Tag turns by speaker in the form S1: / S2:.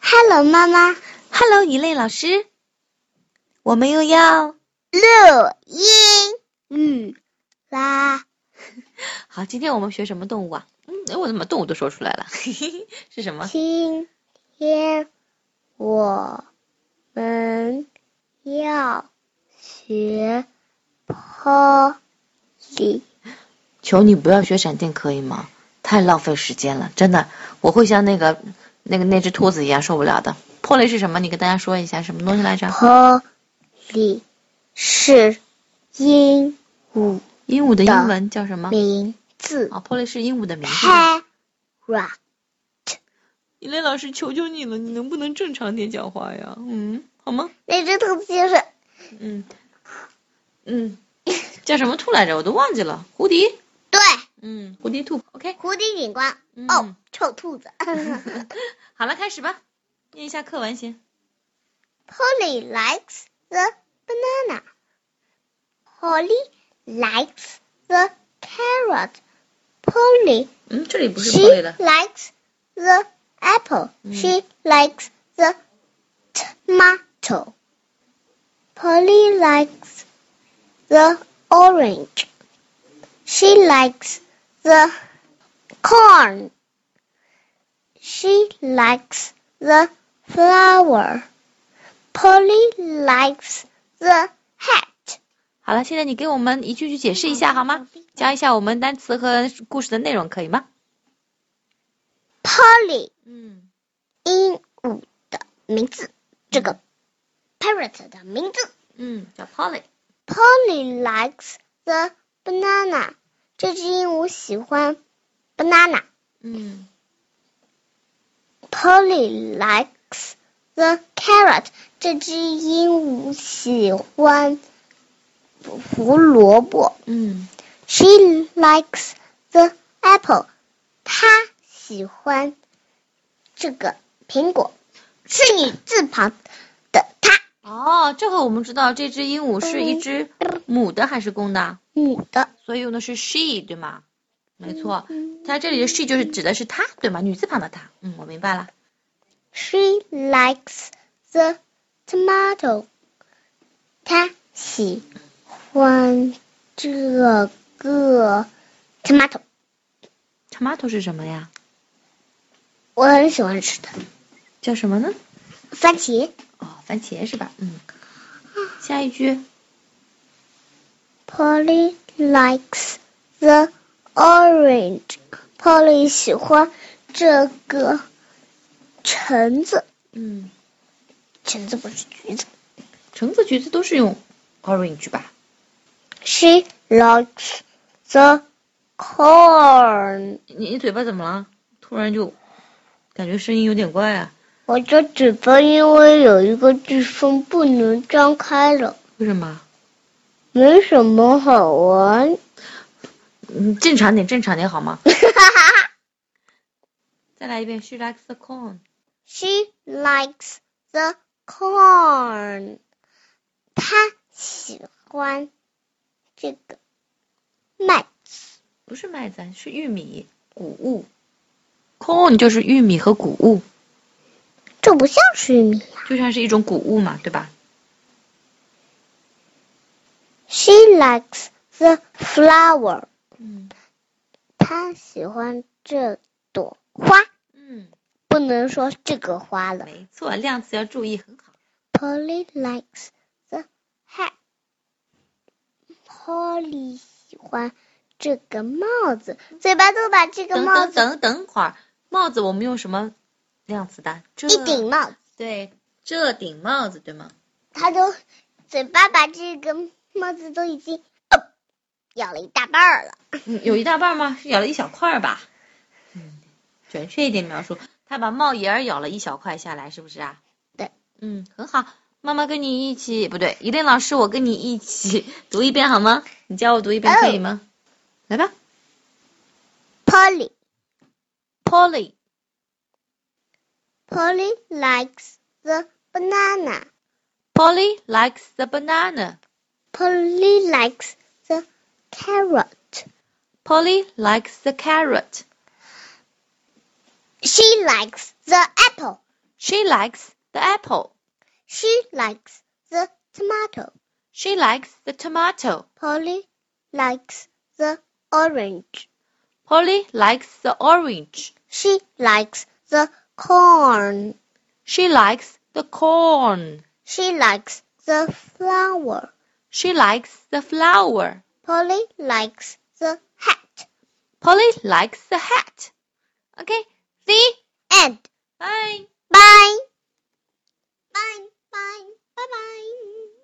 S1: Hello，妈妈。
S2: Hello，一类老师，我们又要
S1: 录音语啦。
S2: 好，今天我们学什么动物啊？嗯，哎，我怎么动物都说出来 了？是什么？
S1: 今天我们要学玻璃。
S2: 求你不要学闪电，可以吗？太浪费时间了，真的，我会像那个那个那只兔子一样受不了的。破类是什么？你给大家说一下，什么东西来着？
S1: 玻璃是鹦鹉
S2: 鹦鹉的英文叫什么？
S1: 名字
S2: 啊，破类是鹦鹉的名字。
S1: ，parrot。
S2: 一类老师，求求你了，你能不能正常点讲话呀？嗯，好吗？
S1: 那只兔子就是
S2: 嗯嗯， 叫什么兔来着？我都忘记了。蝴蝶。
S1: 对
S2: 嗯，蝴蝶兔。OK。
S1: 蝴蝶警官。
S2: 嗯、
S1: 哦，臭兔 子。
S2: 好了，开始吧，念一下课文先。
S1: Polly likes the banana. Polly likes the carrot. Polly,
S2: 嗯，这里不是
S1: she
S2: 破类了。
S1: likes the apple. She likes the tomato. Polly likes the orange. She likes the corn. She likes the flower. Polly likes the hat.
S2: 好了，现在你给我们一句句解释一下嗯好吗？教一下我们单词和故事的内容可以吗？
S1: Polly
S2: 嗯
S1: 鹦鹉的名字，这个 parrot 的名字。
S2: 嗯，叫 Polly。
S1: Polly likes the banana. 这只鹦鹉喜欢 banana.
S2: 嗯
S1: Polly likes the carrot. 这只鹦鹉喜欢胡萝卜。
S2: 嗯
S1: She likes the apple. 她喜欢这个苹果，是女字旁的她，
S2: 哦，这回我们知道这只鹦鹉是一只母的还是公的，啊
S1: 母的。
S2: 所以用的是 she 对吗？没错，它这里的 she 就是指的是她对吗？女字旁的她。嗯，我明白了。
S1: She likes the tomato. 她喜欢这个 tomato，
S2: Tomato 是什么呀？
S1: 我很喜欢吃的
S2: 叫什么呢？
S1: 番茄。
S2: 哦，番茄是吧？嗯。下一句。
S1: Polly likes the orange. Polly 喜欢这个橙子，
S2: 嗯，
S1: 橙子不是橘子。
S2: 橙子、橘子都是用 orange 吧？
S1: She likes the corn.
S2: 你你嘴巴怎么了？突然就感觉声音有点怪啊？
S1: 我的嘴巴因为有一个地方不能张开了，
S2: 为什么？
S1: 没什么好玩。
S2: 嗯，正常点，正常点好 吗？再来一遍。She likes the corn.
S1: She likes the corn. 她喜欢这个麦子。
S2: 不是麦子，啊是玉米、谷物。corn 就是玉米和谷物，
S1: 这不像是玉米啊呀。
S2: 就像是一种谷物嘛，对吧？
S1: She likes the flower.
S2: 嗯
S1: 她喜欢这朵花，
S2: 嗯，
S1: 不能说这个花了。
S2: 没错，量词要注意，很好。
S1: Polly likes the hat. Polly 喜欢这个帽子，嘴巴都把这个
S2: 等
S1: 帽
S2: 等
S1: 子
S2: 等等会儿，帽子我们用什么量词的？这
S1: 一顶帽子，
S2: 对，这顶帽子对吗？
S1: 他都嘴巴把这个帽子都已经、哦咬了一大半儿了。
S2: 嗯有一大半吗？是咬了一小块儿吧？嗯，准确一点描述，他把帽檐儿咬了一小块下来，是不是啊？
S1: 对，
S2: 嗯，很好。妈妈跟你一起，不对，一定老师，我跟你一起 读一遍好吗？你教我读一遍
S1: 哦
S2: 可以吗？来吧
S1: Polly
S2: ，Polly
S1: Polly likes the banana.
S2: Polly likes the banana.
S1: Polly likes the carrot.
S2: Polly likes the carrot.
S1: She likes the apple.
S2: She likes the apple.
S1: She likes the tomato.
S2: She likes the tomato.
S1: Polly likes the orange.
S2: Polly likes the orange.
S1: She likes the corn.
S2: She likes the corn.
S1: She likes the flower.
S2: She likes the flower.
S1: Polly likes the hat.
S2: Polly likes the hat. Okay, the
S1: And
S2: bye.
S1: bye. Bye, bye, bye, bye.